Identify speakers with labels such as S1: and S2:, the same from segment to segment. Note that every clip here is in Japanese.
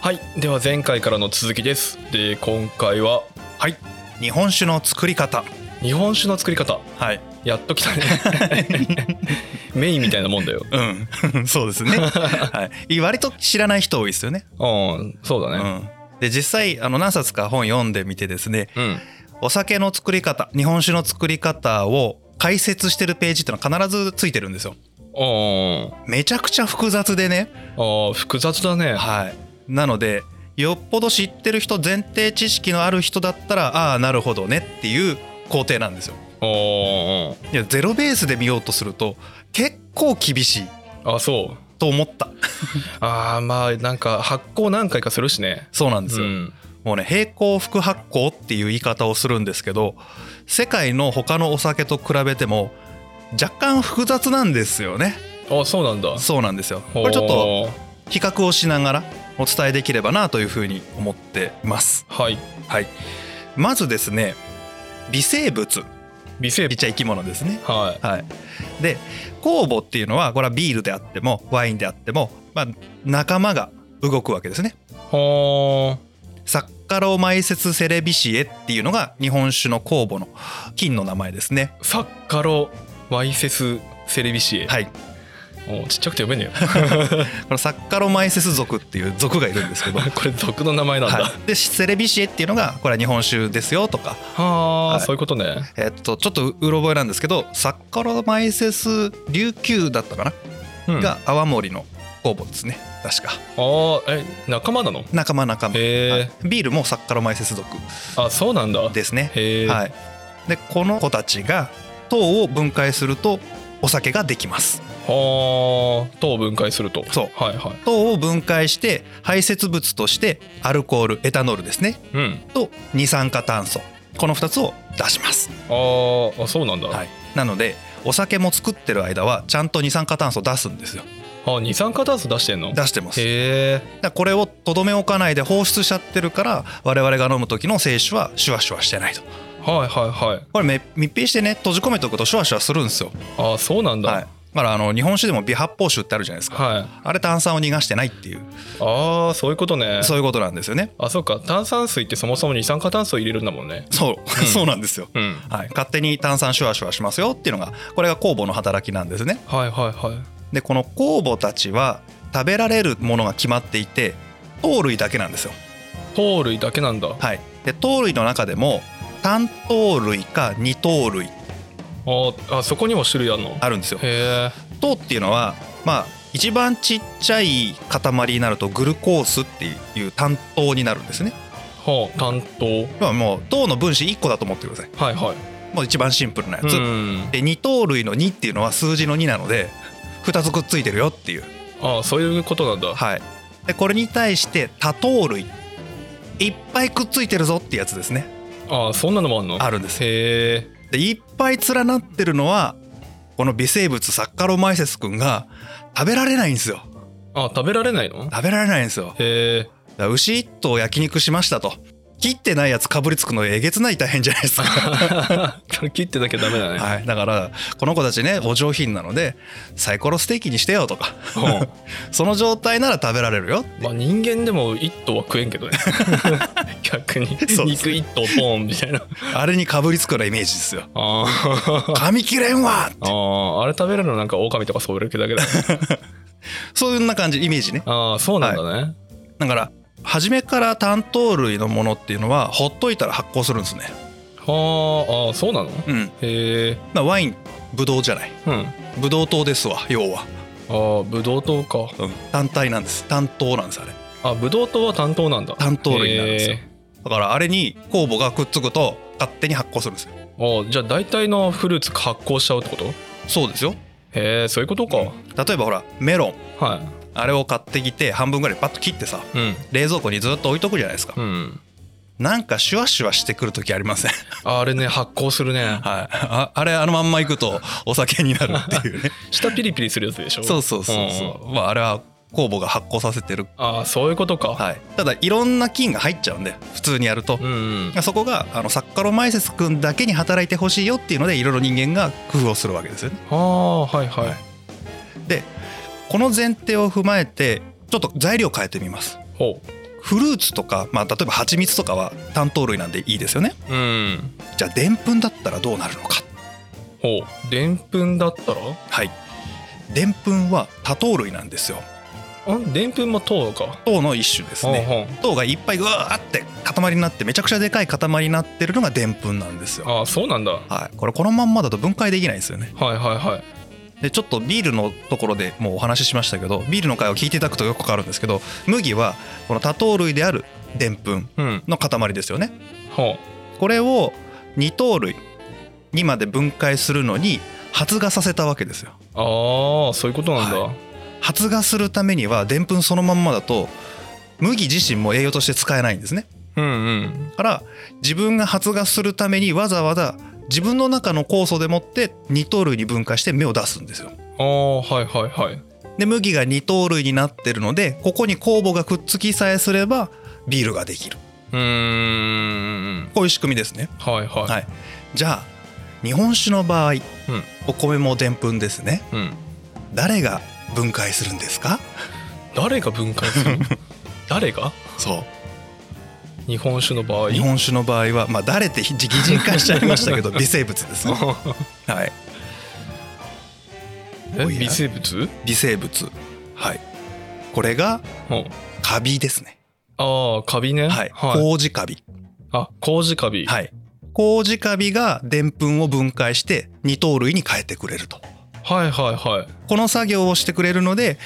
S1: はいでは前回からの続きですで今回は
S2: はい日本酒の作り方
S1: 日本酒の作り方
S2: はい
S1: やっと来た ねメインみたいなもんだよ
S2: うん そうですね、はい、割と知らない人多いですよね、
S1: うんそう
S2: う
S1: だね
S2: ん、で実際あの何冊か本読んでみてですね
S1: うん、
S2: お酒の作り方日本酒の作り方を解説してるページってのは必ずついてるんですよ
S1: うん、あ
S2: めちゃくちゃ複雑でね
S1: ー複雑だね
S2: はいなのでよっぽど知ってる人前提知識のある人だったらああなるほどねっていう工程なんですよ
S1: うん
S2: いやゼロベースで見ようとすると結構厳しい
S1: あそう
S2: と思った
S1: あーまあなんか発酵何回かするしね
S2: そうなん
S1: う
S2: ですよ、
S1: ん
S2: もうね平行副発酵っていう言い方をするんですけど世界の他のお酒と比べても若干複雑なんですよね
S1: あそうなんだ
S2: そうなんですよこれちょっと
S1: おー
S2: 比較をしながらお伝えできればなというふうに思ってます
S1: はい
S2: はいまずですね微生物
S1: 微生
S2: ちっ
S1: 物
S2: ちゃい生き物ですね
S1: はい
S2: はいで酵母っていうのはこれはビールであってもワインであっても、まあ、仲間が動くわけですね
S1: ほ
S2: サッカロマイセスセレビシエっていうのが日本酒の酵母の菌の名前ですね。
S1: ーサッカロワイセスセレビシエ、
S2: はい、
S1: おーちっちゃくて読めんねよ
S2: このサッカロマイセス属っていう属がいるんですけ ど、は
S1: これ俗の名前なんだ、
S2: い、でセレビシエっていうのがこれは日本酒ですよとか、
S1: はあ、
S2: はい
S1: そういうことね
S2: えっとちょっとうろ覚えなんですけどサッカロマイセス琉球だったかな、
S1: うん
S2: が泡盛の酵母ですね確か
S1: あーえ仲間なの
S2: 仲間仲間、
S1: へえ、
S2: はいビールもサッカロマイセス属
S1: あそうなんだ
S2: ですね。
S1: へえ、
S2: はい、でこの子たちが糖を分解するとお酒ができます。
S1: はあ糖を分解すると
S2: そう
S1: はいはい
S2: 糖を分解して排泄物としてアルコールエタノールですね
S1: うん
S2: と二酸化炭素この2つを出します、
S1: あーあそうなんだ、
S2: はい、なのでお酒も作ってる間はちゃんと二酸化炭素出すんですよ
S1: あ二酸化炭素出してんの
S2: 出してますだか
S1: へえ
S2: らこれをとどめ置かないで放出しちゃってるから我々が飲む時の清酒はシュワシュワしてないと
S1: はいはいはい
S2: これめ密閉してね閉じ込めておくとシュワシュワするんですよ
S1: あそうなんだ
S2: はいだからあの日本酒でも微発泡酒ってあるじゃないですか
S1: はい
S2: あれ炭酸を逃がしてないっていう
S1: ああそういうことね
S2: そういうことなんですよね
S1: あそうか炭酸水ってそもそも二酸化炭素入れるんだもんね
S2: そう、
S1: うん
S2: そうなんですよ
S1: うん
S2: はい、勝手に炭酸シュワシュワしますよっていうのがこれが酵母の働きなんですね
S1: はいはいはい
S2: でこの酵母たちは食べられるものが決まっていて糖類だけなんですよ、
S1: 糖類だけなんだあ
S2: はい、で糖類の中でも単糖類か二糖類
S1: ーあそこにも種類あるの
S2: あるんですよ
S1: へえ
S2: 糖っていうのはまあ一番ちっちゃい塊になるとグルコースっていう単糖になるんですね
S1: はあ担当
S2: まあもう糖の分子1個だと思ってください
S1: はいはい
S2: もう一番シンプルなやつ、
S1: うん
S2: で二糖類の2っていうのは数字の2なので2つくっついてるよっていう
S1: ああそういうことなんだ
S2: はい、でこれに対して多糖類いっぱいくっついてるぞってやつですね
S1: ああそんなのもあんの
S2: あるんですよ
S1: へえ
S2: でいっぱい連なってるのはこの微生物サッカロマイセス君が食べられないんですよ
S1: あ食べられないの
S2: 食べられないんですよ
S1: へえ
S2: だから牛一頭焼肉しましたと切ってないやつかぶりつくのえげつない大変じゃないですか
S1: 切ってなきゃダメだね、
S2: はい、だからこの子たちねお上品なのでサイコロステーキにしてよとかその状態なら食べられるよ
S1: うんまあ人間でも一頭は食えんけど ね逆に
S2: そうです
S1: 肉一頭ポンみたいな
S2: あれにかぶりつくようなイメージですよ
S1: あー
S2: 噛み切れんわ
S1: あーあれ食べるのなんか狼とかそういうだけだけど
S2: そんな感じイメージね
S1: ああそうなんだね、
S2: だから初めから単糖類のものっていうのはほっといたら発酵するんですね、
S1: はああーそうなの
S2: うん、
S1: へえ
S2: まあワインブドウじゃない
S1: うん
S2: ブドウ糖ですわ要は、
S1: ああブドウ糖か
S2: うん、単体なんです単糖なんですあれ
S1: あブドウ糖は単糖なんだ
S2: 単糖類になるんですよ
S1: へ
S2: だからあれに酵母がくっつくと勝手に発酵するんですよ
S1: えああじゃあ大体のフルーツ発酵しちゃうってこと
S2: そうですよ
S1: へえそういうことか、
S2: 例えばほらメロン
S1: は
S2: あれを買ってきて半分ぐらいパッと切ってさ
S1: いうん
S2: 冷蔵庫にずっと置いとくじゃないですか
S1: うん
S2: なんかシュワシュワしてくる時ありませ んはい
S1: ああれね発酵するね
S2: ああれあのまんまいくとお酒になるっていうね
S1: 下ピリピリするやつでしょ
S2: そうそうそうそう、まああれは酵母が発酵させてる
S1: ああそういうことか、
S2: はい、ただいろんな菌が入っちゃうんで普通にやると、
S1: うんうん
S2: そこがあのサッカロマイセス君だけに働いてほしいよっていうのでいろいろ人間が工夫をするわけですよね。
S1: ああはいはい、
S2: はいこの前提を踏まえてちょっと材料変えてみます。
S1: ほう
S2: フルーツとか、まあ、例えば蜂蜜とかは単糖類なんでいいですよね
S1: うん
S2: じゃあでんぷんだったらどうなるのか
S1: ほうでんぷんだったら
S2: はいでんぷんは多糖類なんですよ
S1: あでんぷんも糖か
S2: 糖の一種ですね
S1: ほう
S2: 糖がいっぱいうわーって塊になってめちゃくちゃでかい塊になってるのがでんぷんなんですよ
S1: ほうあそうなんだは
S2: はいこれこのまんまだと分解できないんですよね
S1: いはいはい
S2: でちょっとビールのところでもうお話ししましたけどビールの回を聞いていただくとよくわかるんですけど麦はこの多糖類であるでんぷん
S1: うん
S2: の塊ですよね
S1: ほ
S2: これを二糖類にまで分解するのに発芽させたわけですよ
S1: うああそういうことなんだ、
S2: は発芽するためにはでんぷんそのまんまだと麦自身も栄養として使えないんですね
S1: うんうん
S2: だから自分が発芽するためにわざわざ自分の中の酵素でもって二糖類に分解して芽を出すんですよ
S1: ああはいはいはい
S2: で麦が二糖類になってるのでここに酵母がくっつきさえすればビールができる
S1: うーん
S2: こういう仕組みですね
S1: はいはい、
S2: はいじゃあ日本酒の場合、お米もでんぷんですね
S1: うん
S2: 誰が分解するんですか
S1: 誰が分解す る誰が
S2: そ
S1: 日本酒の場合
S2: 日本酒の場合は、まあ、誰って擬人化しちゃいました けど微生物ですね、はい、
S1: え
S2: おや
S1: 微生物
S2: 微生物はいこれが
S1: ほう
S2: カビですね
S1: ああカビね
S2: はい、
S1: はい、
S2: 麹カビ
S1: あ麹カビ、
S2: はい麹カビがでんぷんを分解して二糖類に変えてくれると
S1: はいはいはい
S2: この作業をしてくれるので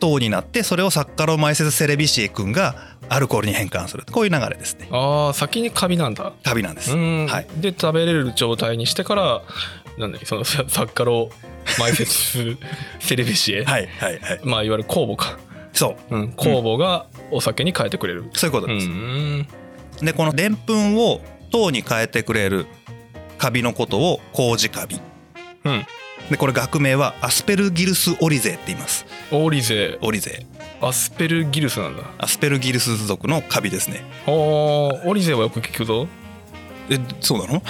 S2: 糖になってそれをサッカロマイセスセレビシー君がアルコールに変換するこういう流れですね
S1: ああ先にカビなんだ
S2: カビなんで
S1: う
S2: す
S1: ーん、
S2: はい
S1: で食べれる状態にしてからなんだっけそのさサッカロ埋設 セレビシエ、
S2: はいはいはい
S1: まあいわゆる酵母か、
S2: そう
S1: うん、酵母がお酒に変えてくれる
S2: そういうこと
S1: う
S2: です、
S1: ん
S2: でこのでんぷんを糖に変えてくれるカビのことを麹カビ
S1: うん
S2: でこれ学名はアスペルギルスオリゼって言います
S1: オリゼ
S2: オリゼ
S1: アスペルギルスなんだ
S2: アスペルギルス属のカビですね
S1: おーオリゼはよく聞く ぞ
S2: えそうなの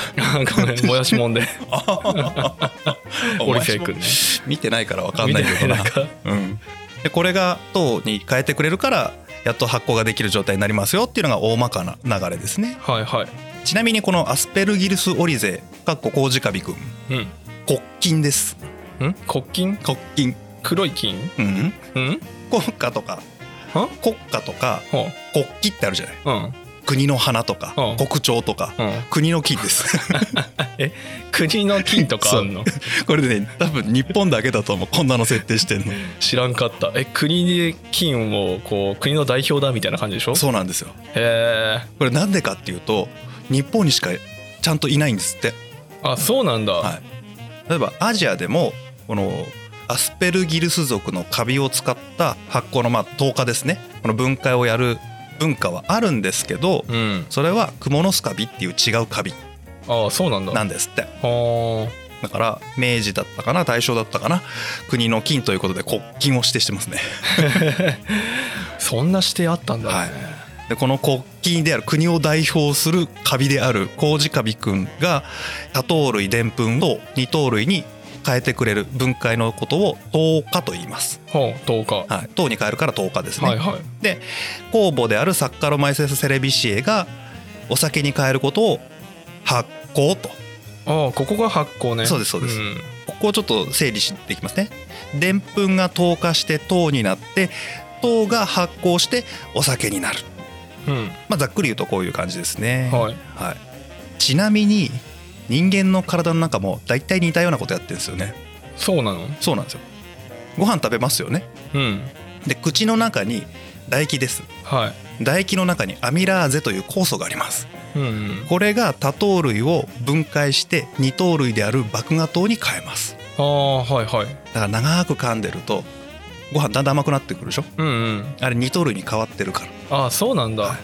S1: ごめんもやしもんで オリゼ
S2: セ
S1: 君ね
S2: 見てないからわかんないけど
S1: み
S2: な
S1: たいか
S2: うん、でこれが糖に変えてくれるからやっと発酵ができる状態になりますよっていうのが大まかな流れですね
S1: はいはい
S2: ちなみにこのアスペルギルスオリゼかっこ麹カビ君
S1: うん
S2: 黒菌です
S1: ん黒菌
S2: 黒菌
S1: 黒い菌
S2: うん
S1: うん
S2: 国家とか
S1: は
S2: 国家とか
S1: ほ
S2: 国旗ってあるじゃないう
S1: うん
S2: 国の花とか
S1: うん
S2: 国鳥とか
S1: うん
S2: 国の金です
S1: 国の菌とかあんの
S2: これね多分日本だけだと思うこんなの設定してんの
S1: 知らんかったえ国で金をこう国の代表だみたいな感じでしょ
S2: そうなんですよ
S1: へえ
S2: これなんでかっていうと日本にしかちゃんといないんですって
S1: あそうなんだ、
S2: はい例えばアジアでもこのアスペルギルス属のカビを使った発酵のまあ糖化ですねこの分解をやる文化はあるんですけど
S1: うん
S2: それはクモのスカビっていう違うカビ
S1: あそうなんだ
S2: なんですって
S1: ほ
S2: だから明治だったかな大正だったかな国の金ということで国金を指定してますね
S1: ーそんな指定あったんだね、
S2: はいでこの国金である国を代表するカビである麹カビ君が多糖類でんぷんを二糖類に変えてくれる分解のことを糖化と言います、
S1: ほう10日、
S2: はい、糖に変えるから糖化ですね、
S1: はいはい
S2: 酵母であるサッカロマイセスセレビシエがお酒に変えることを発酵と
S1: ああここが発酵ね
S2: そうですそうです
S1: ん
S2: ここをちょっと整理していきますねでんぷんが糖化して糖になって糖が発酵してお酒になる
S1: うん
S2: まあざっくり言うとこういう感じですね
S1: はい
S2: はい、ちなみに人間の体の中も大体似たようなことやってるんですよね
S1: そうなの
S2: そうなんですよご飯食べますよね
S1: うん
S2: で口の中に唾液です
S1: はい
S2: 唾液の中にアミラーゼという酵素があります
S1: うんうん
S2: これが多糖類を分解して二糖類である麦芽糖に変えます
S1: ああはいはい
S2: だから長く噛んでるとご飯だんだん甘くなってくるでしょ
S1: うんうん
S2: あれ二糖類に変わってるから
S1: ああそうなんだ、
S2: はい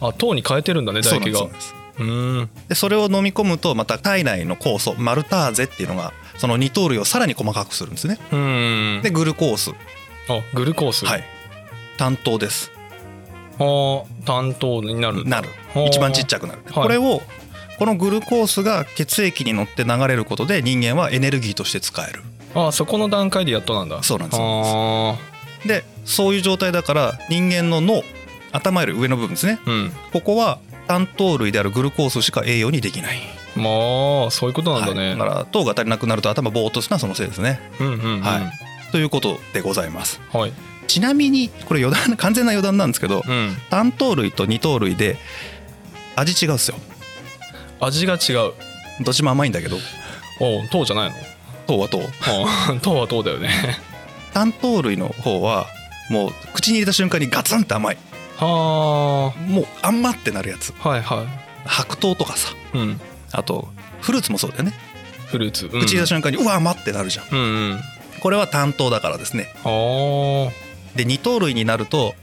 S1: あ糖に変えてるんだね唾液が
S2: そううなんですそうなん
S1: ー
S2: で
S1: ん
S2: すでそれを飲み込むとまた体内の酵素マルターゼっていうのがその二糖類をさらに細かくするんですね
S1: うん
S2: でグルコース
S1: あグルコース
S2: はい担当です
S1: ああ担当になる
S2: なる
S1: ほう
S2: 一番ちっちゃくなる、
S1: い
S2: これをこのグルコースが血液に乗って流れることで人間はエネルギーとして使える
S1: ああそこの段階でやっとなんだ
S2: そうなんですそうなんです
S1: あ
S2: でそういう状態だから人間の脳頭より上の部分ですね
S1: うん
S2: ここは単糖類であるグルコースしか栄養にできない
S1: まあそういうことなんだ
S2: は
S1: ね、
S2: い、だから糖が足りなくなると頭ぼーっとするのはそのせいですね
S1: うんうんうん
S2: は
S1: はい
S2: ということでございます
S1: い、
S2: ちなみにこれ余談 完全な余談なんですけど
S1: うん
S2: 単糖類と二糖類で味違うっすよ
S1: 味が違う
S2: どっちも甘いんだけど
S1: おう糖じゃないの
S2: 糖は糖
S1: あ 糖は糖だよね
S2: 単糖類の方はもう口に入れた瞬間にガツンって甘い
S1: は
S2: もうあんまってなるやつ
S1: あはいは
S2: 白桃とかさ
S1: いうん
S2: あとフルーツもそうだよね
S1: フルーツ、うん、
S2: 口に入れた瞬間にうわ甘ってなるじゃん
S1: うんうん
S2: これは単糖だからですね
S1: あ
S2: で二糖類になると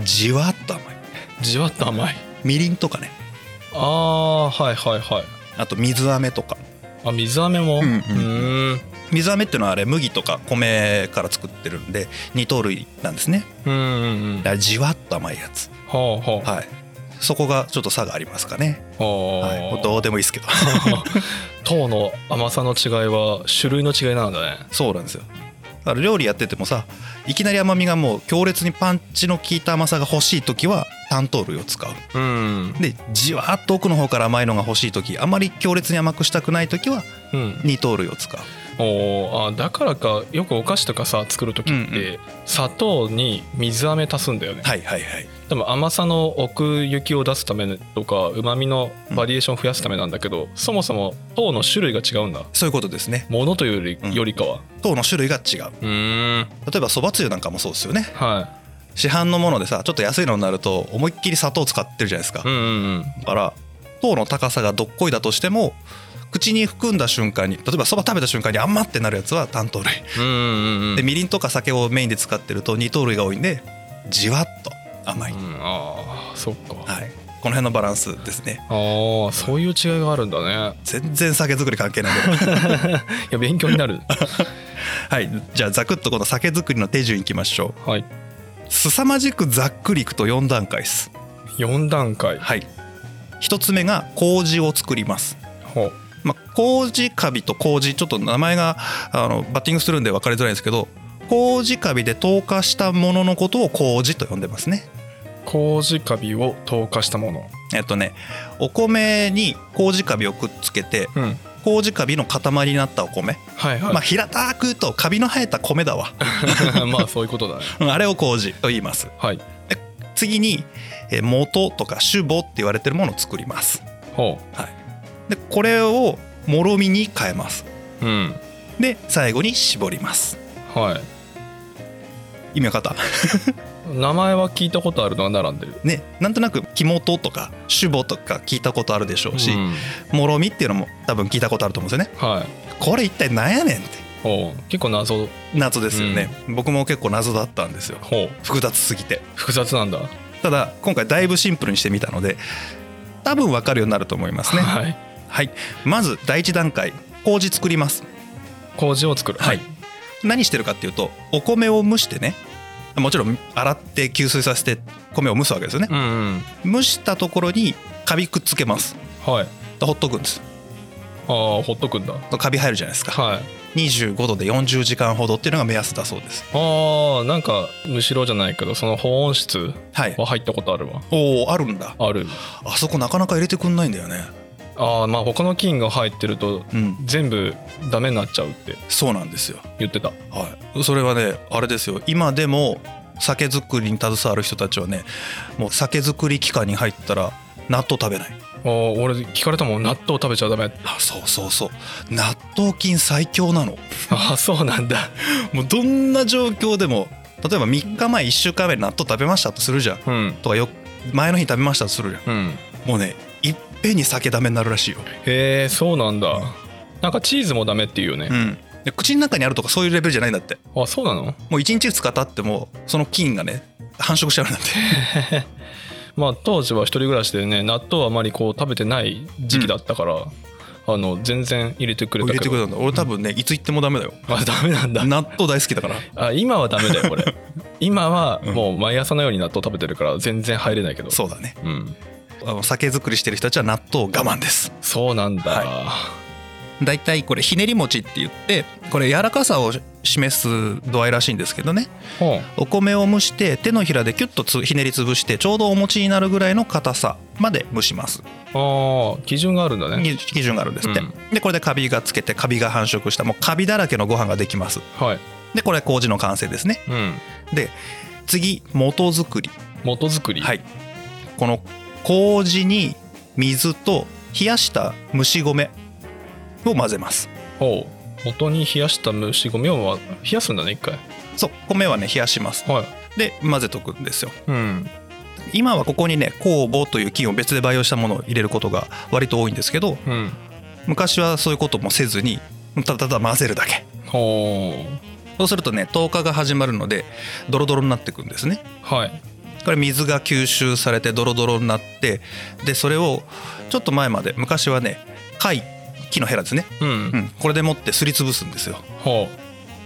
S2: じわっと甘い
S1: あじわっと甘い
S2: みりんとかね
S1: ああはいはいはい
S2: あと水飴とか
S1: あ水飴も
S2: うんうん
S1: ーん
S2: 水飴っていうのはあれ麦とか米から作ってるんで二糖類なんですね
S1: うんうんうん
S2: だからじわっと甘いやつ
S1: はあはあ
S2: はいそこがちょっと差がありますかね、はい、もう
S1: は
S2: どうでもいいですけど
S1: あ 糖の甘さの違いは種類の違いなんだね
S2: そうなんですよだから料理やっててもさいきなり甘みがもう強烈にパンチの効いた甘さが欲しい時は単糖類を使う
S1: うん
S2: でじわっと奥の方から甘いのが欲しい時あまり強烈に甘くしたくない時は
S1: うん
S2: 二糖類を使う
S1: おーあだからかよくお菓子とかさ作る時って、
S2: うんう
S1: 砂糖に水飴足すんだよね
S2: はいはいはい
S1: 多分甘さの奥行きを出すためとかうまみのバリエーションを増やすためなんだけど、そもそも糖の種類が違うんだ
S2: そういうことですね
S1: ものというより,、
S2: うん
S1: よりかは
S2: 糖の種類が違う
S1: うーん
S2: 例えばそばつゆなんかもそうですよね
S1: は
S2: 市販のものでさちょっと安いのになると思いっきり砂糖使ってるじゃないですか
S1: いうんうんうん
S2: だから糖の高さがどっこいだとしても口に含んだ瞬間に例えばそば食べた瞬間に甘ってなるやつは単糖類
S1: うんうんうんうん
S2: でみりんとか酒をメインで使ってると二糖類が多いんでじわっと甘い、
S1: う
S2: はい、
S1: んあーそっか、あ
S2: この辺のバランスですね
S1: あそういう違いがあるんだね
S2: 全然酒造り関係ない け
S1: い
S2: ど
S1: や勉強にな る
S2: はいじゃあざくっとこの酒造りの手順いきましょ
S1: はい、
S2: う凄まじくざっくりいくと4段階です
S1: 4段階
S2: はい1つ目が麹を作ります
S1: ほう
S2: まあ、麹カビと麹ちょっと名前があのバッティングするんで分かりづらいんですけど麹カビで糖化したもののことを麹と呼んでますね。
S1: 麹カビを糖化したもの
S2: えっとねお米に麹カビをくっつけて
S1: うんはい
S2: 麹カビの塊になったお米、
S1: はい、
S2: まあ、平たく言うとカビの生えた米だわ
S1: まあそういうことだね
S2: うんあれを麹と言います
S1: はい
S2: 次にえー元とか種母って言われてるものを作ります
S1: ほ
S2: でこれをもろみに変えます
S1: ううん
S2: で最後に絞ります
S1: はい
S2: 意味わかった
S1: 名前は聞いたことあるのは並んでる
S2: ね、なんとなく「肝と」とか「種母」とか聞いたことあるでしょうし
S1: うん
S2: 「もろみ」っていうのも多分聞いたことあると思うんですよね。
S1: はい
S2: これ一体何やねんって
S1: ほう結構謎
S2: 謎ですよね、僕も結構謎だったんですよ
S1: ほう
S2: 複雑すぎて
S1: 複雑なんだ、
S2: ただ今回だいぶシンプルにしてみたので多分分かるようになると思いますね
S1: はい
S2: はいまず第一段階麹作ります
S1: 麹を作る
S2: はい何してるかっていうとお米を蒸してねもちろん洗って吸水させて米を蒸すわけですよね
S1: うんうん
S2: 蒸したところにカビくっつけます
S1: はい
S2: ほっとくんです
S1: ああほっとくんだ
S2: カビ入るじゃないですか
S1: はい
S2: 25度で40時間ほどっていうのが目安だそうです
S1: ああなんかむしろじゃないけどその保温室
S2: はい
S1: は入ったことあるわ
S2: おおあるんだ
S1: ある
S2: あそこなかなか入れてくんないんだよね
S1: ああまあ他の菌が入ってると
S2: うん
S1: 全部ダメになっちゃうって
S2: そうなんですよ
S1: 言ってた
S2: はいそれはねあれですよ今でも酒造りに携わる人たちはねもう酒造り期間に入ったら納豆食べない
S1: ああ俺聞かれたもん納豆食べちゃダメ
S2: あそうそうそう納豆菌最強なの
S1: ああそうなんだ
S2: もうどんな状況でも例えば3日前1週間前に納豆食べましたとするじゃん
S1: うん
S2: とかよ前の日食べましたとするじゃ
S1: うん
S2: んもうねいっぺんに酒ダメになるらしいよ
S1: へえそうなんだなんかチーズもダメっていうよね
S2: う、ん、で口の中にあるとかそういうレベルじゃないんだって
S1: あそうなの
S2: もう1日2日経ってもその菌がね繁殖しちゃうんだって
S1: まあ当時は一人暮らしでね納豆はあまりこう食べてない時期だったから、あの全然入れてくれ
S2: 入
S1: た
S2: れ
S1: け
S2: て
S1: ど
S2: くれたんだ俺多分ねいつ行ってもダメだよ
S1: あダメなんだ
S2: 納豆大好きだから
S1: あ今はダメだよこ れ今はもう毎朝のように納豆食べてるから全然入れないけど
S2: そうだね
S1: うん、
S2: あの酒造りしてる人たちは納豆我慢です
S1: そうなんだ、
S2: はだいたいこれひねり餅って言ってこれ柔らかさを示す度合いらしいんですけどね
S1: ほ
S2: お米を蒸して手のひらでキュッとつひねりつぶしてちょうどお餅になるぐらいの硬さまで蒸します
S1: うああ基準があるんだね
S2: に基準があるんですって、
S1: うん
S2: でこれでカビがつけてカビが繁殖したもうカビだらけのご飯ができます
S1: はい
S2: でこれ麹の完成ですね
S1: うん
S2: で次元作り
S1: 元作り
S2: はいこの麹に水と冷やした蒸し米を混ぜます
S1: ほう元に冷やした蒸し米をは冷やすんだね一回
S2: そう米はね冷やします
S1: はい
S2: で混ぜとくんですよ
S1: うん
S2: 今はここにね酵母という菌を別で培養したものを入れることが割と多いんですけど
S1: うん
S2: 昔はそういうこともせずにただただ混ぜるだけ
S1: ほ
S2: そうするとね糖化が始まるのでドロドロになってくんですね
S1: うはい
S2: これ水が吸収されてドロドロになってでそれをちょっと前まで昔はね貝木のヘラですね、
S1: うん、
S2: うん、これでもってすりつぶすんですよ
S1: ほう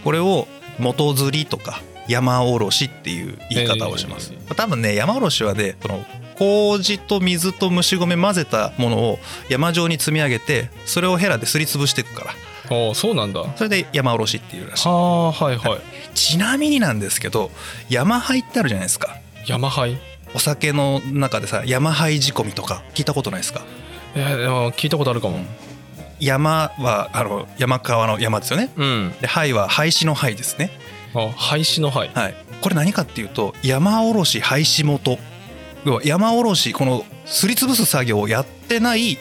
S2: これを元ずりとか山おろしっていう言い方をします、多分ね山おろしはねその麹と水と蒸し米混ぜたものを山状に積み上げてそれをヘラですりつぶしていくから
S1: ほうそうなんだは
S2: それで山おろしっていうらしい
S1: あはいはい
S2: ちなみになんですけど山灰ってあるじゃないですか
S1: 山灰
S2: お酒の中でさ山灰仕込みとか聞いたことないですか
S1: えー、でも聞いたことあるかも
S2: 山はあの山川の山ですよね
S1: うん
S2: で灰は廃止の灰ですね
S1: あ廃止の灰
S2: はい、これ何かっていうと山おろし廃止元要は山おろしこのすりつぶす作業をやってない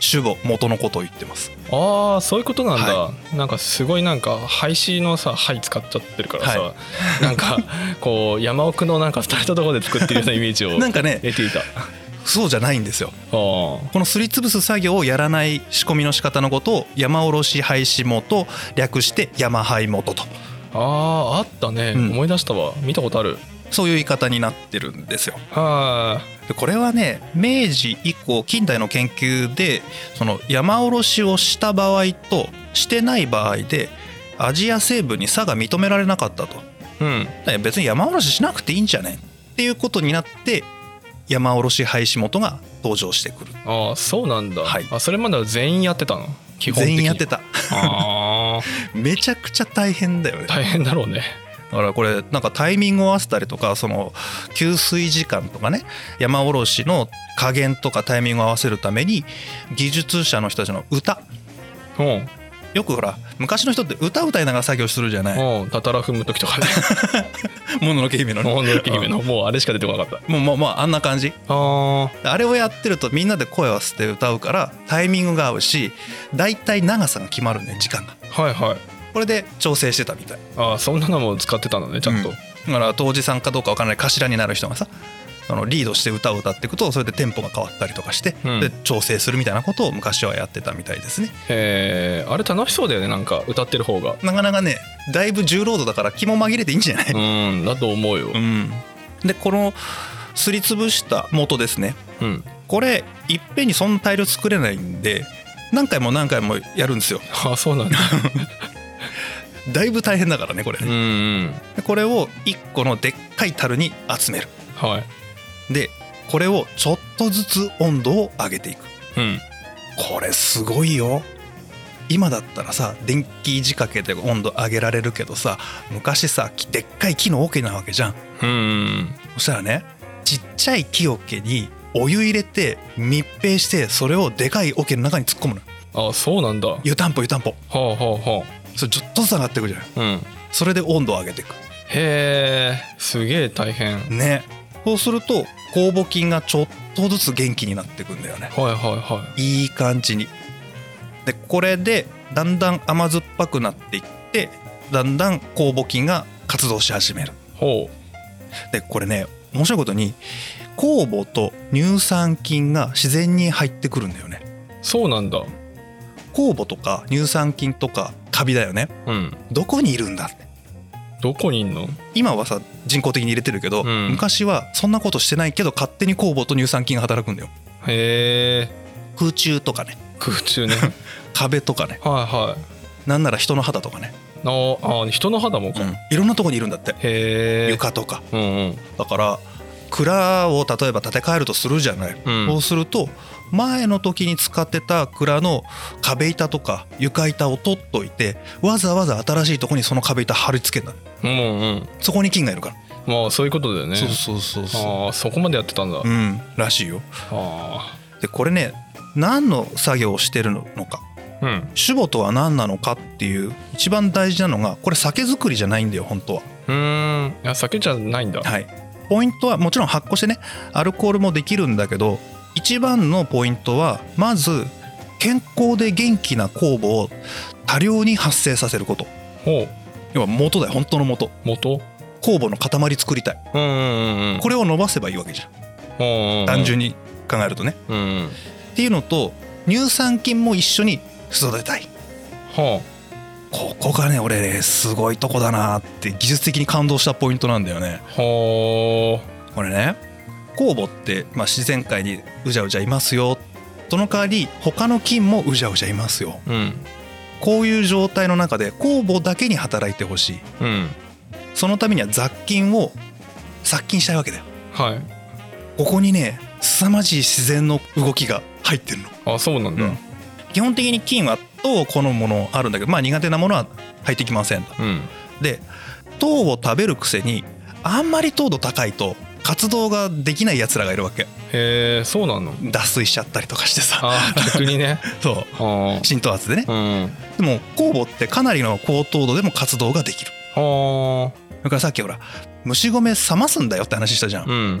S2: 主語元のことを言ってます
S1: ああそういうことなんだ、なんかすごいなんか廃止のさ灰使っちゃってるからさ、
S2: は
S1: なんかこう山奥のなんか廃れたところで作ってるようなイメージを
S2: なんかね
S1: 得ていたあ
S2: そうじゃないんですよ
S1: ー
S2: このすりつぶす作業をやらない仕込みの仕方のことを山おろし廃止元略して山廃元と
S1: あーあったね、
S2: うん
S1: 思い出したわ見たことある
S2: そういう言い方になってるんですよ
S1: あ
S2: でこれはね明治以降近代の研究でその山おろしをした場合としてない場合で味や成分に差が認められなかったと
S1: ーうん
S2: だから別に山おろししなくていいんじゃねっていうことになって山おろし廃止元が登場してくる
S1: ああそうなんだ、
S2: はい
S1: あそれまでは全員やってたの基本的
S2: 全
S1: に
S2: 員やってた
S1: ああ
S2: めちゃくちゃ大変だよねだ
S1: 大変だろうね
S2: からこれなんかタイミングを合わせたりとかその給水時間とかね山おろしの加減とかタイミングを合わせるために技術者の人たちの歌
S1: うん
S2: よくほら昔の人って歌歌いながら作業するじゃない
S1: うんたたら踏む時と かね
S2: もののけ姫のね
S1: もうのき姫のもうあれしか出てこなかった
S2: もうまあまああんな感じ
S1: あ
S2: あれをやってるとみんなで声を合わせて歌うからタイミングが合うしだいたい長さが決まるね時間が
S1: あはいはい
S2: これで調整してたみたい
S1: ああそんなのも使ってたのねちゃんと、
S2: うんだから当時さんかどうかわからない頭になる人がさあのリードして歌を歌っていくとそれでテンポが変わったりとかして、
S1: うん
S2: で調整するみたいなことを昔はやってたみたいですね
S1: えーあれ楽しそうだよねなんか歌ってる方が
S2: なかなかねだいぶ重労働だから気も紛れていいんじゃない
S1: うんだと思うよ
S2: うん、でこのすりつぶした元ですね
S1: うん
S2: これいっぺんにそんな大量作れないんで何回も何回もやるんですよ
S1: あそうなんだ
S2: だいぶ大変だからねこれ
S1: うん
S2: ね、
S1: うん
S2: でこれを1個のでっかい樽に集める
S1: はい
S2: でこれをちょっとずつ温度を上げていく
S1: うん
S2: これすごいよ今だったらさ電気仕掛けで温度上げられるけどさ昔さきでっかい木の桶なわけじゃん
S1: うんうん
S2: そしたらねちっちゃい木桶にお湯入れて密閉してそれをでかい桶の中に突っ込むの
S1: あそうなんだは
S2: 湯たんぽ湯たんぽ
S1: あはあは
S2: それちょっとずつ上がっていくじゃない
S1: あうん
S2: それで温度を上げていく
S1: へえすげえ大変はい
S2: ねそうすると酵母菌がちょっとずつ元気になっていくんだよね
S1: はいはい
S2: いい感じにでこれでだんだん甘酸っぱくなっていってだんだん酵母菌が活動し始める
S1: ほ
S2: でこれね面白いことに酵母と乳酸菌が自然に入ってくるんだよね
S1: うそうなんだ
S2: 酵母とか乳酸菌とかカビだよね
S1: うん
S2: どこにいるんだって
S1: どこにいんの
S2: 今はさ人工的に入れてるけど、
S1: うん
S2: 昔はそんなことしてないけど勝手に酵母と乳酸菌が働くんだよ
S1: へえ
S2: 空中とかね
S1: 空中 ね
S2: 壁とかね
S1: はいはい
S2: なんなら人の肌とかね、
S1: ああ人の肌もか、
S2: いろんなとこにいるんだって
S1: へえ
S2: 床とか
S1: うんうん
S2: だから蔵を例えば建て替えるとするじゃない、
S1: うん
S2: そうすると前の時に使ってた蔵の壁板とか床板を取っといてわざわざ新しいとこにその壁板貼り付けるんだ
S1: うんうん
S2: そこに金がいるから、
S1: まあそういうことだよね
S2: そうそう
S1: ああそこまでやってたんだ、
S2: ううんらしいよ
S1: あ
S2: でこれね何の作業をしてるのか
S1: あうん
S2: 主母とは何なのかっていう一番大事なのがこれ酒造りじゃないんだよ本当は
S1: うーんいや酒じゃないんだ、
S2: はい、ポイントはもちろん発酵してねアルコールもできるんだけど一番のポイントはまず健康で元気な酵母を多量に発生させること
S1: ほう
S2: 要は元だよ本当の元
S1: 元
S2: 酵母の塊作りたい
S1: うんうんうんうん
S2: これを伸ばせばいいわけじゃん
S1: うんうんうん
S2: 単純に考えるとね
S1: うんうん
S2: っていうのと乳酸菌も一緒に育てたい
S1: は
S2: ここがね俺ねすごいとこだなって技術的に感動したポイントなんだよね
S1: あは
S2: これね酵母って、まあ、自然界にうじゃうじゃいますよその代わり他の菌もうじゃうじゃいますよ
S1: あうん
S2: こういう状態の中で酵母だけに働いてほしい
S1: うん
S2: そのためには雑菌を殺菌したいわけだよ
S1: はい
S2: ここにね凄まじい自然の動きが入ってるの
S1: あそうなんだ
S2: うん基本的に菌は糖を好むものあるんだけどまあ苦手なものは入ってきませんと
S1: うん
S2: で糖を食べるくせにあんまり糖度高いと活動ができないやつらがいるわけ
S1: へえそうなの
S2: 脱水しちゃったりとかしてさ
S1: あー逆に ね
S2: そう
S1: は
S2: 浸透圧でね
S1: あうん
S2: でも酵母ってかなりの高糖度でも活動ができる
S1: は
S2: だからさっきほら虫米冷ますんだよって話したじゃ
S1: あ
S2: ん、
S1: うんう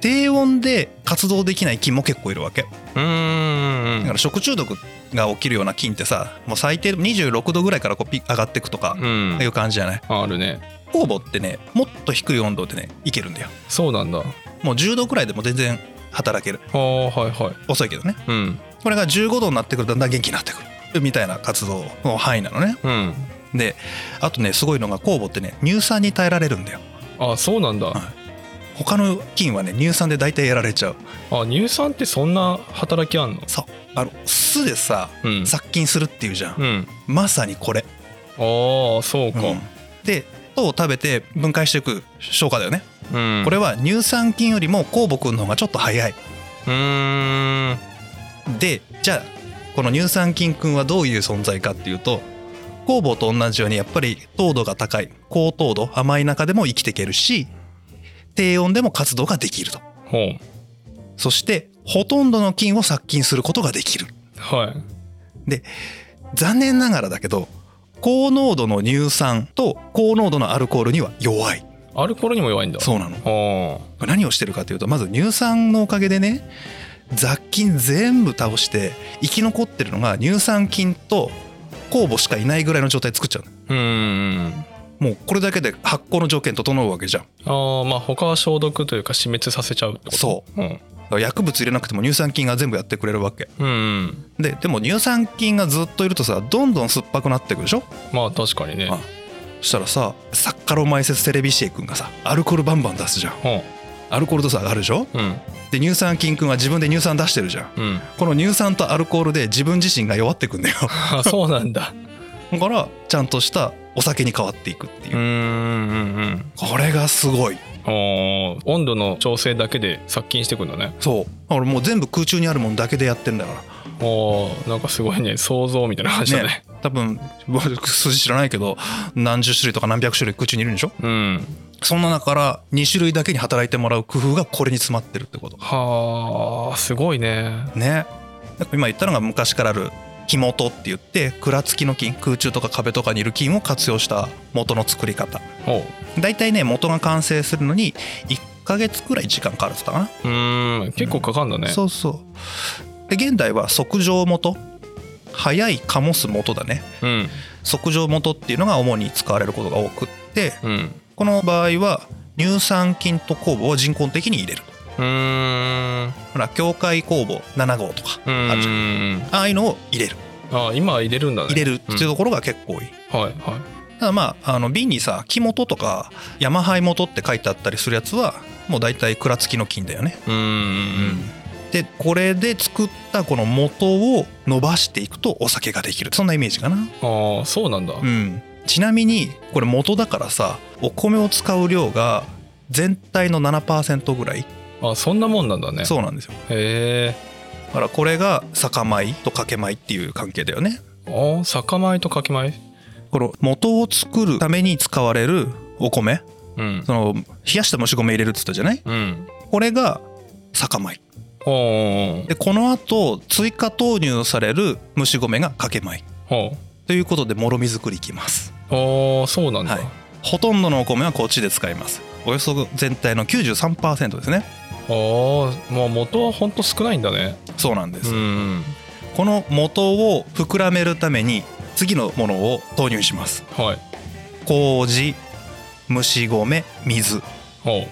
S2: 低温で活動できない菌も結構いるわけ
S1: ーん
S2: だから食中毒が起きるような菌ってさもう最低26度ぐらいからこうピ上がってくとか
S1: うん
S2: いう感じじゃない
S1: あるね
S2: 酵母ってねもっと低い温度でねいけるんだよ
S1: そうなんだは
S2: もう10度ぐらいでも全然働ける
S1: あはいはい
S2: 遅いけどね
S1: うん
S2: これが15度になってくるとだんだん元気になってくるみたいな活動の範囲なのね
S1: うん
S2: であとねすごいのが酵母ってね乳酸に耐えられるんだよ
S1: あそうなんだ
S2: は他の菌はね乳酸で大体やられちゃう
S1: あ乳酸ってそんな働きあんの
S2: そうあの酢でさ
S1: うん
S2: 殺菌するっていうじゃん、
S1: うん
S2: まさにこれ、
S1: ああそうか
S2: うんで糖を食べて分解していく消化だよね、
S1: うん
S2: これは乳酸菌よりも酵母くんの方がちょっと早いう
S1: ーん
S2: でじゃあこの乳酸菌くんはどういう存在かっていうと酵母と同じようにやっぱり糖度が高い高糖度甘い中でも生きていけるし低温でも活動ができると
S1: ほ
S2: そしてほとんどの菌を殺菌することができる
S1: うはい
S2: 残念ながらだけど高濃度の乳酸と高濃度のアルコールには弱い
S1: アルコールにも弱いんだ
S2: そうなのこ
S1: あ
S2: れ何をしてるかというとまず乳酸のおかげでね雑菌全部倒して生き残ってるのが乳酸菌と酵母しかいないぐらいの状態作っちゃうの
S1: あうん
S2: もうこれだけで発酵の条件整うわけじゃん
S1: ああまあ他は消毒というか死滅させちゃうってこと
S2: そう
S1: うん
S2: うだから薬物入れなくても乳酸菌が全部やってくれるわけ
S1: うんうん
S2: ででも乳酸菌がずっといるとさどんどん酸っぱくなってくるでしょ
S1: まあ確かにね
S2: あそしたらさサッカロマイセステレビシエ君がさアルコールバンバン出すじゃん
S1: ほ
S2: アルコール度数上がるでしょ
S1: ううん
S2: で乳酸菌くんは自分で乳酸出してるじゃん
S1: うん
S2: この乳酸とアルコールで自分自身が弱ってくんだよ
S1: あそうなんだ
S2: だからちゃんとしたお酒に変わっていくっていうう、
S1: んうんうん
S2: これがすごい
S1: ああ温度の調整だけで殺菌してくんだね
S2: そう俺もう全部空中にあるもんだけでやってんだから
S1: ああなんかすごいね想像みたいな感じだね
S2: 多分僕数字知らないけど何十種類とか何百種類空中にいるんでしょ
S1: うん
S2: そんな中から2種類だけに働いてもらう工夫がこれに詰まってるってこと
S1: はあすごいね
S2: ね今言ったのが昔からある木元って言って蔵付きの菌空中とか壁とかにいる菌を活用した元の作り方
S1: おう
S2: 大体ね元が完成するのに1ヶ月くらい時間かかるって言ったか
S1: うーん結構かかんだ
S2: な、
S1: ね
S2: そうそうで現代は即上元早い醸す元だね
S1: うん
S2: 即上元っていうのが主に使われることが多くって
S1: うん
S2: この場合は乳酸菌と酵母を人工的に入れる
S1: うーん
S2: ほら境界酵母7号とか
S1: う
S2: あるじゃん
S1: ーん
S2: ああいうのを入れる
S1: あ今入れるんだね
S2: 入れるっていうところが結構多い
S1: はいは
S2: ただまああの瓶にさ木元とか山灰元って書いてあったりするやつはもう大体蔵付きの金だよね。
S1: いうーん
S2: でこれで作ったこの元を伸ばしていくとお酒ができるそんなイメージかな。
S1: ああそうなんだ
S2: うん、ちなみにこれ元だからさお米を使う量が全体の7%ぐらい、
S1: あそんなもんなんだね
S2: そうなんですよ
S1: へ
S2: だからこれが酒米と掛け米っていう関係だよね
S1: えあ酒米とかき米
S2: この元を作るために使われるお米
S1: うん
S2: その冷やした蒸し米入れるって言ったじゃない
S1: うん
S2: これが酒米
S1: おー
S2: でこの後追加投入される蒸し米が掛け米
S1: おー
S2: ということでもろみ作りいきます
S1: おーそうなんだ、
S2: はいほとんどのお米はこっちで使いますおよそ全体の93%ですね
S1: ああまあ元はほんと少ないんだね
S2: そうなんです、
S1: うん
S2: この元を膨らめるために次のものを投入します
S1: はい
S2: 麹蒸し米水
S1: おう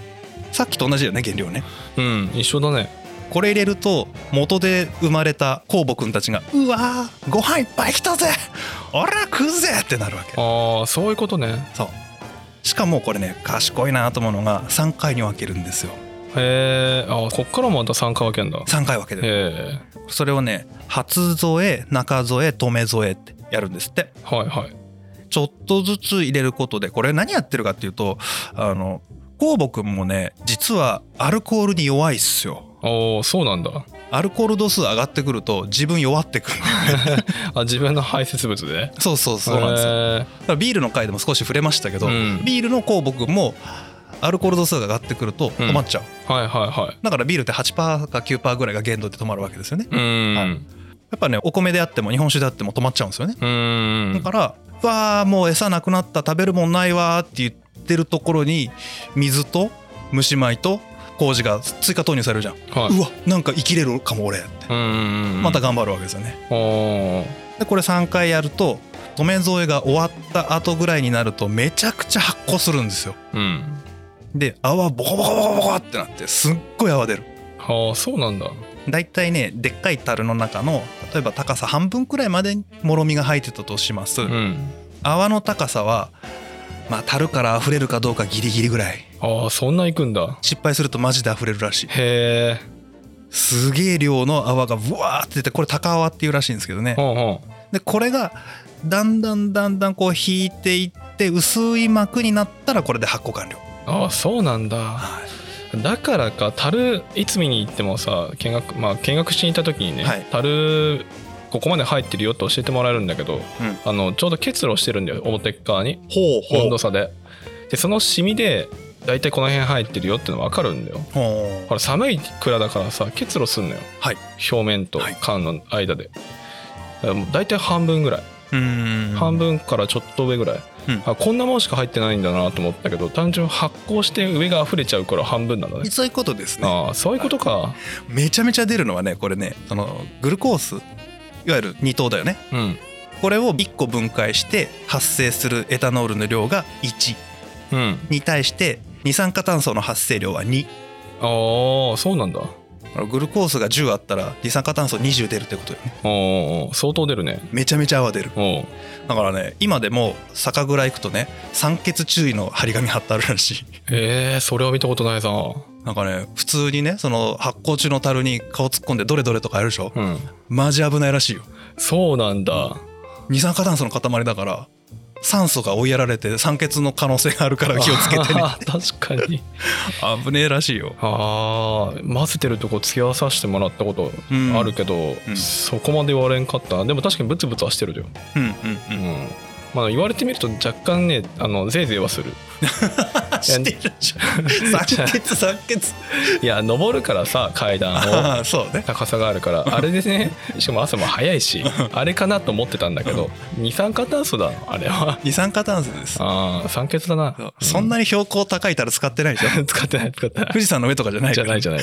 S2: さっきと同じだよね原料ね
S1: うん一緒だね
S2: これ入れると元で生まれた酵母くんたちが「うわーご飯いっぱい来たぜおら食うぜ!」ってなるわけ
S1: ああそういうことね
S2: そうしかもこれね賢いなと思うのが3回に分けるんですよ
S1: へえあーこっからもまた参加分けんだ
S2: 3回分けてる
S1: へえ
S2: それをね初添え中添え留め添えってやるんですって
S1: はいはい
S2: ちょっとずつ入れることでこれ何やってるかっていうとあの酵母くんもね実はアルコールに弱いっすよ
S1: おおそうなんだ
S2: アルコール度数上がってくると自分弱ってくる
S1: あ自分の排泄物で
S2: そうそうそうなんですよ
S1: へ
S2: だからビールの回でも少し触れましたけど、
S1: えうん
S2: ビールの酵母くんもアルコール度数が上がってくると止まっちゃう、
S1: はいはいはい
S2: だからビールって8%か9%ぐらいが限度で止まるわけですよね
S1: うん、
S2: はいやっぱねお米であっても日本酒であっても止まっちゃうんですよね
S1: うん
S2: だから「うわあもう餌なくなった食べるもんないわ」って言ってるところに水と蒸し米と麹が追加投入されるじゃん、
S1: は
S2: う
S1: い
S2: わなんか生きれるかも俺って
S1: うんうんうん
S2: また頑張るわけですよね、
S1: おー
S2: でこれ3回やると留め添えが終わった後ぐらいになるとめちゃくちゃ発酵するんですよ
S1: うん
S2: で泡ボコボコボコボコってなってすっごい泡出る
S1: ああそうなんだ
S2: だいたいねでっかい樽の中の例えば高さ半分くらいまでにもろみが入ってたとします、
S1: うん
S2: 泡の高さはまあ樽から溢れるかどうかギリギリぐらい
S1: ああそんな行くんだ
S2: 失敗するとマジで溢れるらしい
S1: へえ
S2: すげえ量の泡がブワーって出てこれ高泡っていうらしいんですけどね
S1: ほんほん
S2: でこれがだんだんだんだんこう引いていって薄い膜になったらこれで発酵完了
S1: ああそうなんだ
S2: はい
S1: だからか樽いつ見に行ってもさ見学まあ見学しに行った時にね、
S2: はい
S1: 樽ここまで入ってるよって教えてもらえるんだけど、あのちょうど結露してるんだよ表っ側に
S2: ほう
S1: 温
S2: ほ
S1: 度
S2: う
S1: 差ででそのシミで大体この辺入ってるよっての分かるんだよ
S2: ほ
S1: ほら寒い蔵だからさ結露すんのよ、
S2: はい
S1: 表面と
S2: はい
S1: 缶の間で、だからもう大体半分ぐらい、
S2: ううーん
S1: 半分からちょっと上ぐらい、
S2: うん
S1: あこんなもんしか入ってないんだなと思ったけど単純に発酵して上が溢れちゃうから半分なんだね
S2: そういうことですね
S1: ああそういうことか
S2: めちゃめちゃ出るのはねこれねそのグルコースいわゆる二糖だよね
S1: うん
S2: これを1個分解して発生するエタノールの量が1
S1: うん
S2: に対して二酸化炭素の発生量は2
S1: ああそうなんだ
S2: グルコースが10あったら二酸化炭素20出るってことよね
S1: おー相当出るね
S2: めちゃめちゃ泡出る
S1: おう
S2: だからね今でも酒蔵行くとね酸欠注意の張り紙貼ってあるらしい
S1: えー、それは見たことないさ
S2: なんかね普通にねその発酵中の樽に顔突っ込んでどれどれとかやるでしょ
S1: うん
S2: マジ危ないらしいよ
S1: そうなんだ
S2: 二酸化炭素の塊だから酸素が追いやられて酸欠の可能性があるから気をつけてね
S1: あー確かに
S2: 危ねえらしいよ
S1: ああ混ぜてるとこ付き合わさせてもらったことあるけど、
S2: うん
S1: そこまで言われんかったなでも確かにブツブツはしてるよ、
S2: うんうん
S1: う
S2: うん
S1: んまあ、言われてみると若干ねあのぜいぜいはする
S2: してるじゃん酸欠酸欠
S1: いや登るからさ階段を
S2: ああ そうね
S1: 高さがある からあれですねしかも朝も早いしあれかなと思ってたんだけど二酸化炭素だあれは
S2: 二酸化炭素です
S1: ああ酸欠だな
S2: そうそん
S1: な、
S2: なに標高高いたら使ってないでし ょ
S1: 使ってない使って ない
S2: 富士山の上とかじゃない
S1: じ
S2: か
S1: ゃ
S2: ら
S1: ないじゃない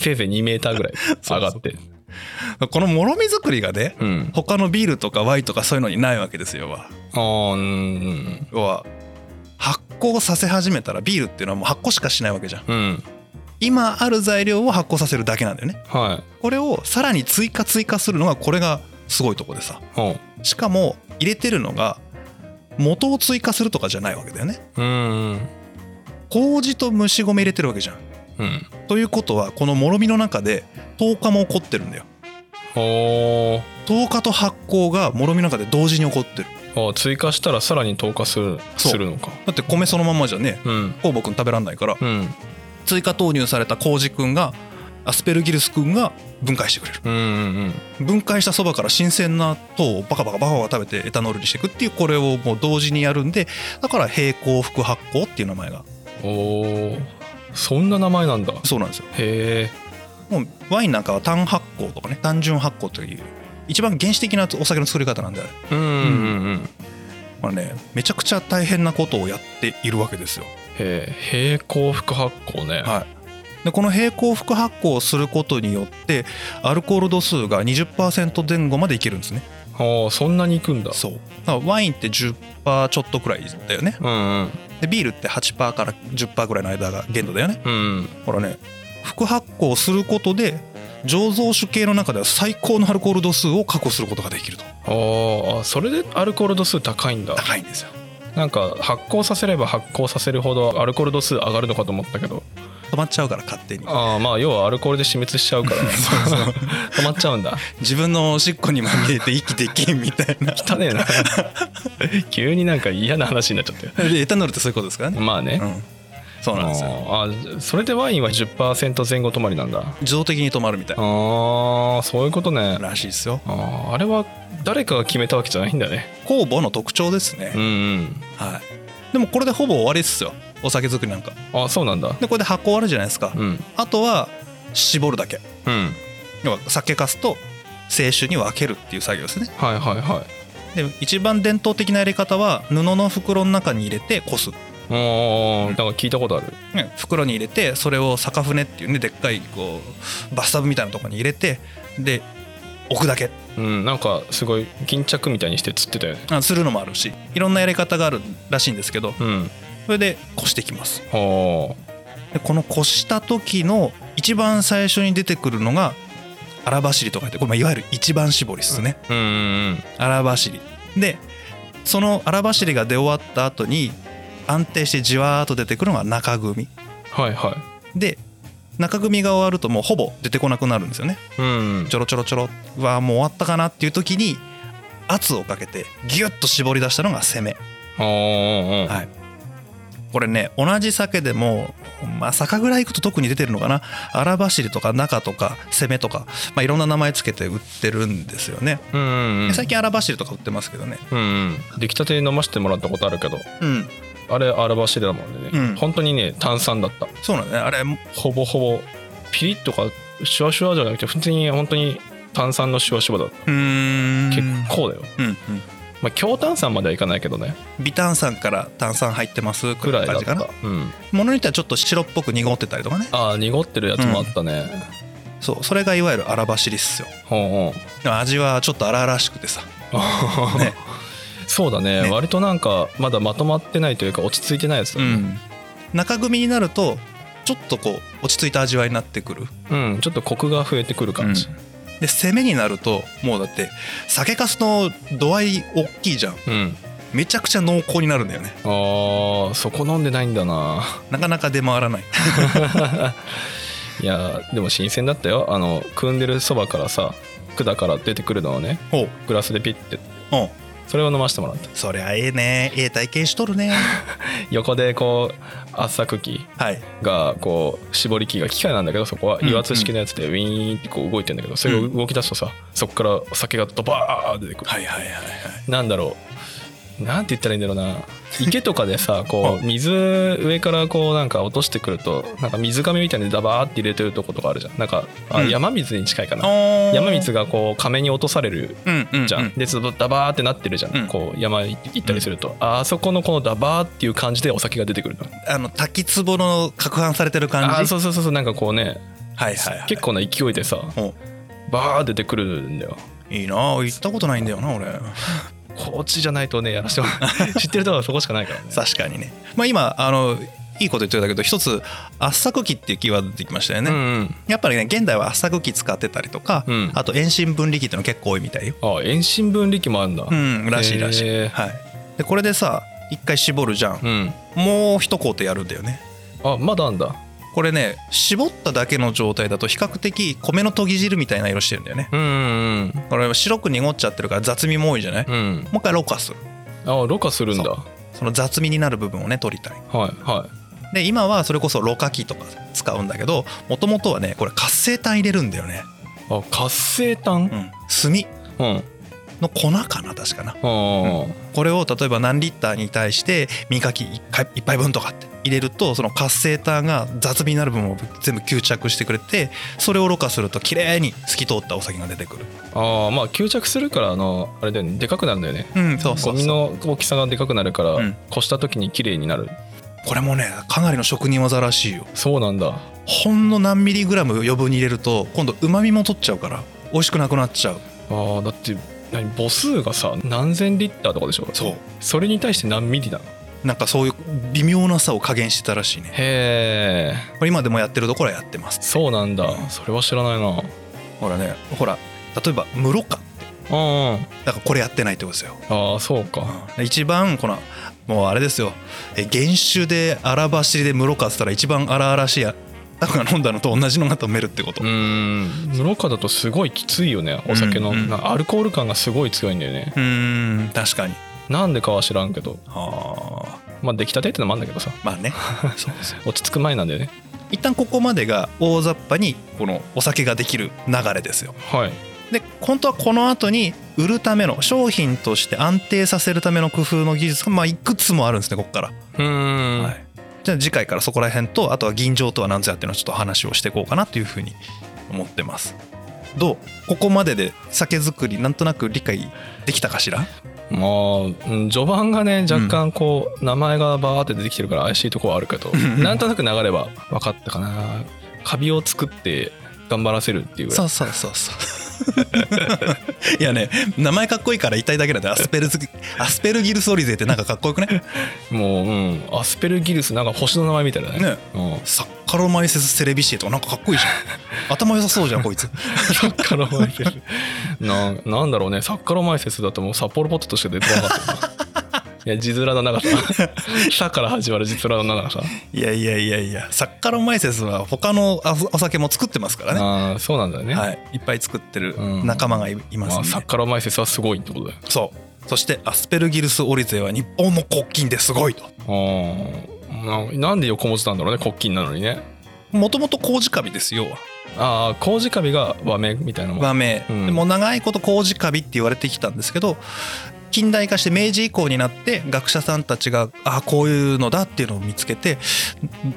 S1: せいぜい2メーターぐらい上がって
S2: このもろみ作りがね
S1: うん
S2: 他のビールとかワインとかそういうのにないわけですよ要は
S1: ああうん
S2: 要は発酵させ始めたらビールっていうのはもう発酵しかしないわけじゃん
S1: うん
S2: 今ある材料を発酵させるだけなんだよね
S1: はい
S2: これをさらに追加追加するのがこれがすごいとこでさ
S1: おう
S2: しかも入れてるのが元を追加するとかじゃないわけだよね
S1: うんうん
S2: 麹と蒸し米入れてるわけじゃん
S1: うん
S2: ということはこのもろみの中で糖化も起こってるんだよ
S1: おー
S2: 糖化と発酵がもろみの中で同時に起こってる
S1: あ追加したらさらに糖化する
S2: そう
S1: するのか
S2: だって米そのままじゃね
S1: うん
S2: 酵母くん食べらんないから
S1: うん
S2: 追加投入された麹くんがアスペルギルスくんが分解してくれる
S1: うんうんうん
S2: 分解したそばから新鮮な糖をバカバカバカバカ食べてエタノールにしていくっていうこれをもう同時にやるんでだから平行複発酵っていう名前が
S1: おーそんな名前なんだ
S2: そうなんですよ
S1: へえ
S2: もうワインなんかは単発酵とかね単純発酵という一番原始的なお酒の作り方なんであれ
S1: うんうんうん
S2: まあねめちゃくちゃ大変なことをやっているわけですよ
S1: へえ平行複発酵ね
S2: はい、でこの平行複発酵をすることによってアルコール度数が20%前後までいけるんですね
S1: ああそんなにいくんだ
S2: そうだからワインって10%ちょっとくらいだよね
S1: うんうん
S2: でビールって8%から10%ぐらいの間が限度だよね
S1: うん
S2: ほらね複発酵することで醸造酒系の中では最高のアルコール度数を確保することができると
S1: あーあそれでアルコール度数高いんだ
S2: 高いんですよ
S1: なんか発酵させれば発酵させるほどアルコール度数上がるのかと思ったけど
S2: 止まっちゃうから勝手に
S1: ああまあ要はアルコールで死滅しちゃうから 止まっちゃうんだ
S2: 自分のおしっこにまみれて息できんみたいな
S1: 汚ねえ な急になんか嫌な話になっちゃったよ
S2: でエタノールってそういうことですからね、
S1: まあね、
S2: うん、そうなんですよ
S1: あーあそれでワインは10%前後止まりなんだ
S2: 自動的に止まるみたい
S1: あーそういうことね
S2: らしいですよ
S1: あーあれは誰かが決めたわけじゃないんだね
S2: 酵母の特徴です
S1: うん
S2: ね、
S1: うん
S2: はいでもこれでほぼ終わりですよお酒作りなんか
S1: あそうなんだ
S2: でこれで発酵終わるじゃないですか、
S1: うん
S2: あとは絞るだけ
S1: うん
S2: 要は酒粕と清酒に分けるっていう作業ですね
S1: はいはいはい
S2: で一番伝統的なやり方は布の袋の中に入れてこす、
S1: おーなんか聞いたことある
S2: ね袋に入れてそれを酒船っていうねでっかいこうバスタブみたいなところに入れてで置くだけ
S1: うんなんかすごい巾着みたいにして釣ってたよね
S2: あするのもあるしいろんなやり方があるらしいんですけど
S1: うん
S2: それでこしていきます
S1: おー
S2: でこのこした時の一番最初に出てくるのが荒走りとかってこれまあいわゆる一番絞りですね
S1: うんうん
S2: 荒走りでその荒走りが出終わった後に安定してじわーっと出てくるのが中組
S1: はいはい
S2: で中組が終わるともうほぼ出てこなくなるんですよね
S1: うん
S2: ちょろちょろちょろうわーもう終わったかなっていう時に圧をかけてギュッと絞り出したのが攻め
S1: おーおーおー
S2: はいこれね同じ酒でも、まあ、酒蔵行くと特に出てるのかな荒走りとか中とか攻めとか、まあ、いろんな名前つけて売ってるんですよね、
S1: うんうんうん
S2: 最近荒走りとか売ってますけどね
S1: うんうん出来たて飲ませてもらったことあるけど
S2: うん
S1: あれアラバシリだもんね、
S2: うん
S1: 本当にね炭酸だった
S2: そうなんだねあれ
S1: ほぼほぼピリッとかシュワシュワじゃなくて普通に本当に炭酸のシュワシュワだった
S2: うーん
S1: 結構だよ、
S2: うんうん
S1: まあ強炭酸まではいかないけどね
S2: 微炭酸から炭酸入ってます
S1: く
S2: くら
S1: らい
S2: い
S1: だっ
S2: の感じか
S1: た
S2: な
S1: うん、
S2: ものによってはちょっと白っぽく濁ってたりとかね
S1: ああ濁ってるやつもあったね、
S2: そうそれがいわゆる荒走りっすよ
S1: ほうほ
S2: でも味はちょっと荒々しくてさ
S1: う、
S2: ね
S1: そうだね
S2: ね
S1: 割となんかまだまとまってないというか落ち着いてないやつだね
S2: 中組になるとちょっとこう落ち着いた味わいになってくる
S1: うん、ちょっとコクが増えてくる感じ
S2: で攻めになるともうだって酒粕の度合い大きいじゃん
S1: うん、
S2: めちゃくちゃ濃厚になるんだよね
S1: ああそこ飲んでないんだな
S2: なかなか出回らない
S1: いやーでも新鮮だったよあの汲んでるそばからさ管から出てくるのをね
S2: ほう
S1: グラスでピッて
S2: うん
S1: それを飲ませてもらった
S2: そりゃええねええ体験しと るね
S1: 横でこう浅茎
S2: はい
S1: がこう絞り器が機械なんだけどそこは
S2: うん
S1: 油圧式のやつでウィーンってこう動いてんだけどそれを動き出すとさそこからお酒がドバーって出てくる
S2: はいはいはいはい
S1: なんだろうなんて言ったらいいんだろうな池とかで さこう水上からこうなんか落としてくるとなんか水亀みたいにダバーって入れてるとことかあるじゃんなんかあ
S2: うん
S1: 山水に近いかな
S2: おー
S1: 山水がこう亀に落とされる
S2: うんうんうん
S1: じゃん、でずっとダバーってなってるじゃん、
S2: うん
S1: こう山行ったりすると、あそこのこのダバーっていう感じでお酒が出てくるの
S2: あの滝壺の攪拌されてる感じ
S1: あーそうそうそうそうなんかこうね、
S2: はいはい、はい、
S1: 結構な勢いでさ
S2: 構
S1: バーって出てくるんだよ
S2: いいなあ行ったことないんだよな俺
S1: こっちじゃないとねやらしてもら う知ってるとこはそこしかないからね
S2: 確かにねまあ今あのいいこと言ってたけど一つ圧搾機っていうキーワード出てきましたよね、
S1: うんうん
S2: やっぱりね現代は圧搾機使ってたりとか、
S1: うん
S2: あと遠心分離機っての結構多いみたいよ
S1: あー遠心分離器もあるんだ
S2: うんらしいらし
S1: へ
S2: い、
S1: ー
S2: はいでこれでさ一回絞るじゃん、
S1: うん
S2: もう一工程やるんだよね
S1: あまだあんだ
S2: これね絞っただけの状態だと比較的米の研ぎ汁みたいな色してるんだよね
S1: うんうん
S2: これ白く濁っちゃってるから雑味も多いじゃない、
S1: うん
S2: もう一回ろ過する
S1: うんああろ過するんだ
S2: そ
S1: は
S2: その雑味になる部分をね取りたい
S1: いはい
S2: で今はそれこそろ過器とか使うんだけどもともとはねこれ活性炭入れるんだよね、
S1: あ活性炭
S2: うん、炭
S1: うん
S2: の粉かな確かな
S1: あ
S2: これを例えば何リッターに対して磨き1回一杯分とかって入れるとその活性炭が雑味になる部分を全部吸着してくれてそれをろ過すると綺麗に透き通ったお酒が出てくる
S1: ああまあ吸着するからあのあれだよねでかくなるんだよね
S2: うんそうそ
S1: ゴ
S2: う
S1: ミ
S2: そう
S1: の大きさがでかくなるから、
S2: うん
S1: こした時に綺麗になる
S2: これもねかなりの職人技らしいよ
S1: そうなんだ
S2: ほんの何ミリグラム余分に入れると今度うまみも取っちゃうから美味しくなくなっちゃう
S1: あーだって何母数がさ何千リッターとかでしょ
S2: そう
S1: それに対して何ミリなの
S2: なんかそういう微妙な差を加減してたらしいね
S1: へえ
S2: これ今でもやってるところはやってます
S1: そうなんだ、
S2: うん
S1: それは知らないな
S2: ほらねほら例えば室か
S1: うんうん
S2: だからこれやってないってことですよ
S1: ああそうか
S2: うん一番このもうあれですよえ原酒で荒走りで室かっつったら一番荒々しいやタフが飲んだのと同じのが飲めるってこと、
S1: うーん室価だとすごいきついよねお酒の、
S2: うんうん
S1: なアルコール感がすごい強いんだよね
S2: うーん確かに
S1: なんでかは知らんけど
S2: あー
S1: まあ出来たてってのもあるんだけどさ
S2: まあねそうそう
S1: 落ち着く前なんだよね
S2: 一旦ここまでが大雑把にこのお酒ができる流れですよ
S1: はい
S2: で本当はこの後に売るための商品として安定させるための工夫の技術がまあいくつもあるんですねここから、
S1: うーん、
S2: はい、じゃあ次回からそこら辺とあとは吟醸とは何ぞやっていうのをちょっと話をしていこうかなというふうに思ってますどうここまでで酒造りなんとなく理解できたかしら
S1: まあうん序盤がね若干こう、名前がバーって出てきてるから怪しいとこはあるけど
S2: ん
S1: なんとなく流れは分かったかなカビを作って頑張らせるっていうぐら
S2: そ
S1: いう
S2: そうそうそう いやね名前かっこいいから言いたいだけなんでアスペルズアスペルギルソリゼってなんかかっこよくね
S1: もう、うん、アスペルギルスなんか星の名前みたいだね
S2: ね
S1: うん
S2: サッカロマイセスセレビシエとかなんかかっこいいじゃん頭良さそうじゃんこいつ
S1: サッカロマイセス ななんだろうねサッカロマイセスだともう札幌ポテトしか出てなかったよ ないや字面の長さ 「さ」から始まる字面の長さ
S2: いやいやいやいやサッカロマイセスは他のあお酒も作ってますからね
S1: ああそうなんだよね、
S2: はい、いっぱい作ってる
S1: うん
S2: 仲間がいいます
S1: まあ、
S2: んで、
S1: サッカロマイセスはすごいってことだよ
S2: そうそしてアスペルギルスオリゼは日本の国旗ですごいと
S1: あーななんで横文字なんだろうね国旗なのにね
S2: もともと麹カビですよ要は
S1: ああ麹カビが和名みたいなもん
S2: 和名、
S1: うん
S2: でも長いこと麹カビって言われてきたんですけど近代化して明治以降になって学者さんたちがああこういうのだっていうのを見つけてん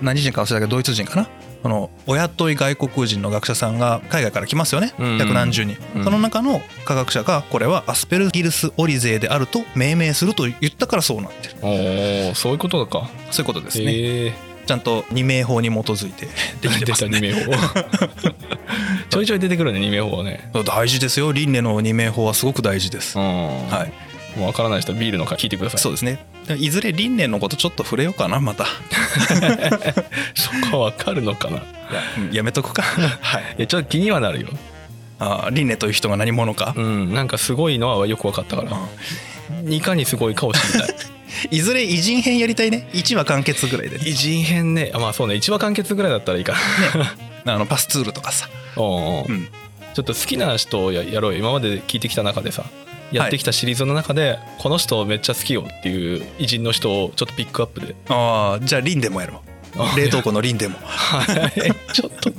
S2: 何人か忘れたけどドイツ人かなあのお雇い外国人の学者さんが海外から来ますよね
S1: うん
S2: 百何十人、
S1: うん
S2: その中の科学者がこれはアスペルギルス・オリゼーであると命名すると言ったからそうなってる
S1: おおそういうことか
S2: そういうことですね、
S1: ええ
S2: ちゃんと二名法に基づいてできてますね
S1: 出た二名法 ちょいちょい出てくるね二名法はね
S2: 大事ですよ輪廻の二名法はすごく大事です、
S1: うん、
S2: はい
S1: い、もう分からない人はビールの回聞いてください
S2: そうですね。いずれ輪廻のことちょっと触れようかな、また。い
S1: そこは分かるのかない
S2: やうんやめとくか。はい。
S1: いやちょっと気 にはなるよ
S2: あー輪廻という人が何者か
S1: う。んなんかすごいのはよく分かったからいかにすごいかを知り たい
S2: いずれ偉人編やりたいね。1話完結ぐらいで。ね
S1: 偉人編ねあまあそうね一話完結ぐらいだったらい いかな
S2: あのパスツールとかさ。
S1: おうおう
S2: うん。
S1: ちょっと好きな人をややろうよ今まで聞いてきた中でさやってきたシリーズの中で、この人めっちゃ好きよっていう偉人の人をちょっとピックアップで
S2: ああ、じゃあ輪廻もやろ
S1: あ
S2: う。冷凍庫の輪廻も。
S1: はい ちょっと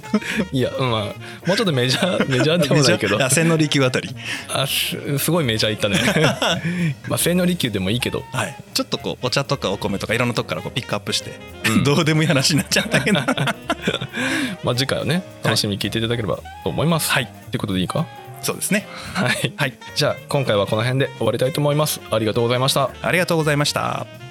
S1: いやまあもうちょっとメジャー メジ ャーでもないけど
S2: あ千利休あたり。
S1: あすすごいメジャーいった ねまあ千利休でもいいけど
S2: はい。ちょっとこうお茶とかお米とかいろんなとこからこうピックアップして、
S1: うん
S2: どうでもいい話になっちゃっ たけど。
S1: まあ、次回はね楽しみに聞いていただければと思います。はい、ということでいいか
S2: そうですね。
S1: はい、
S2: はい。
S1: じゃあ今回はこの辺で終わりたいと思います。ありがとうございました。
S2: ありがとうございました。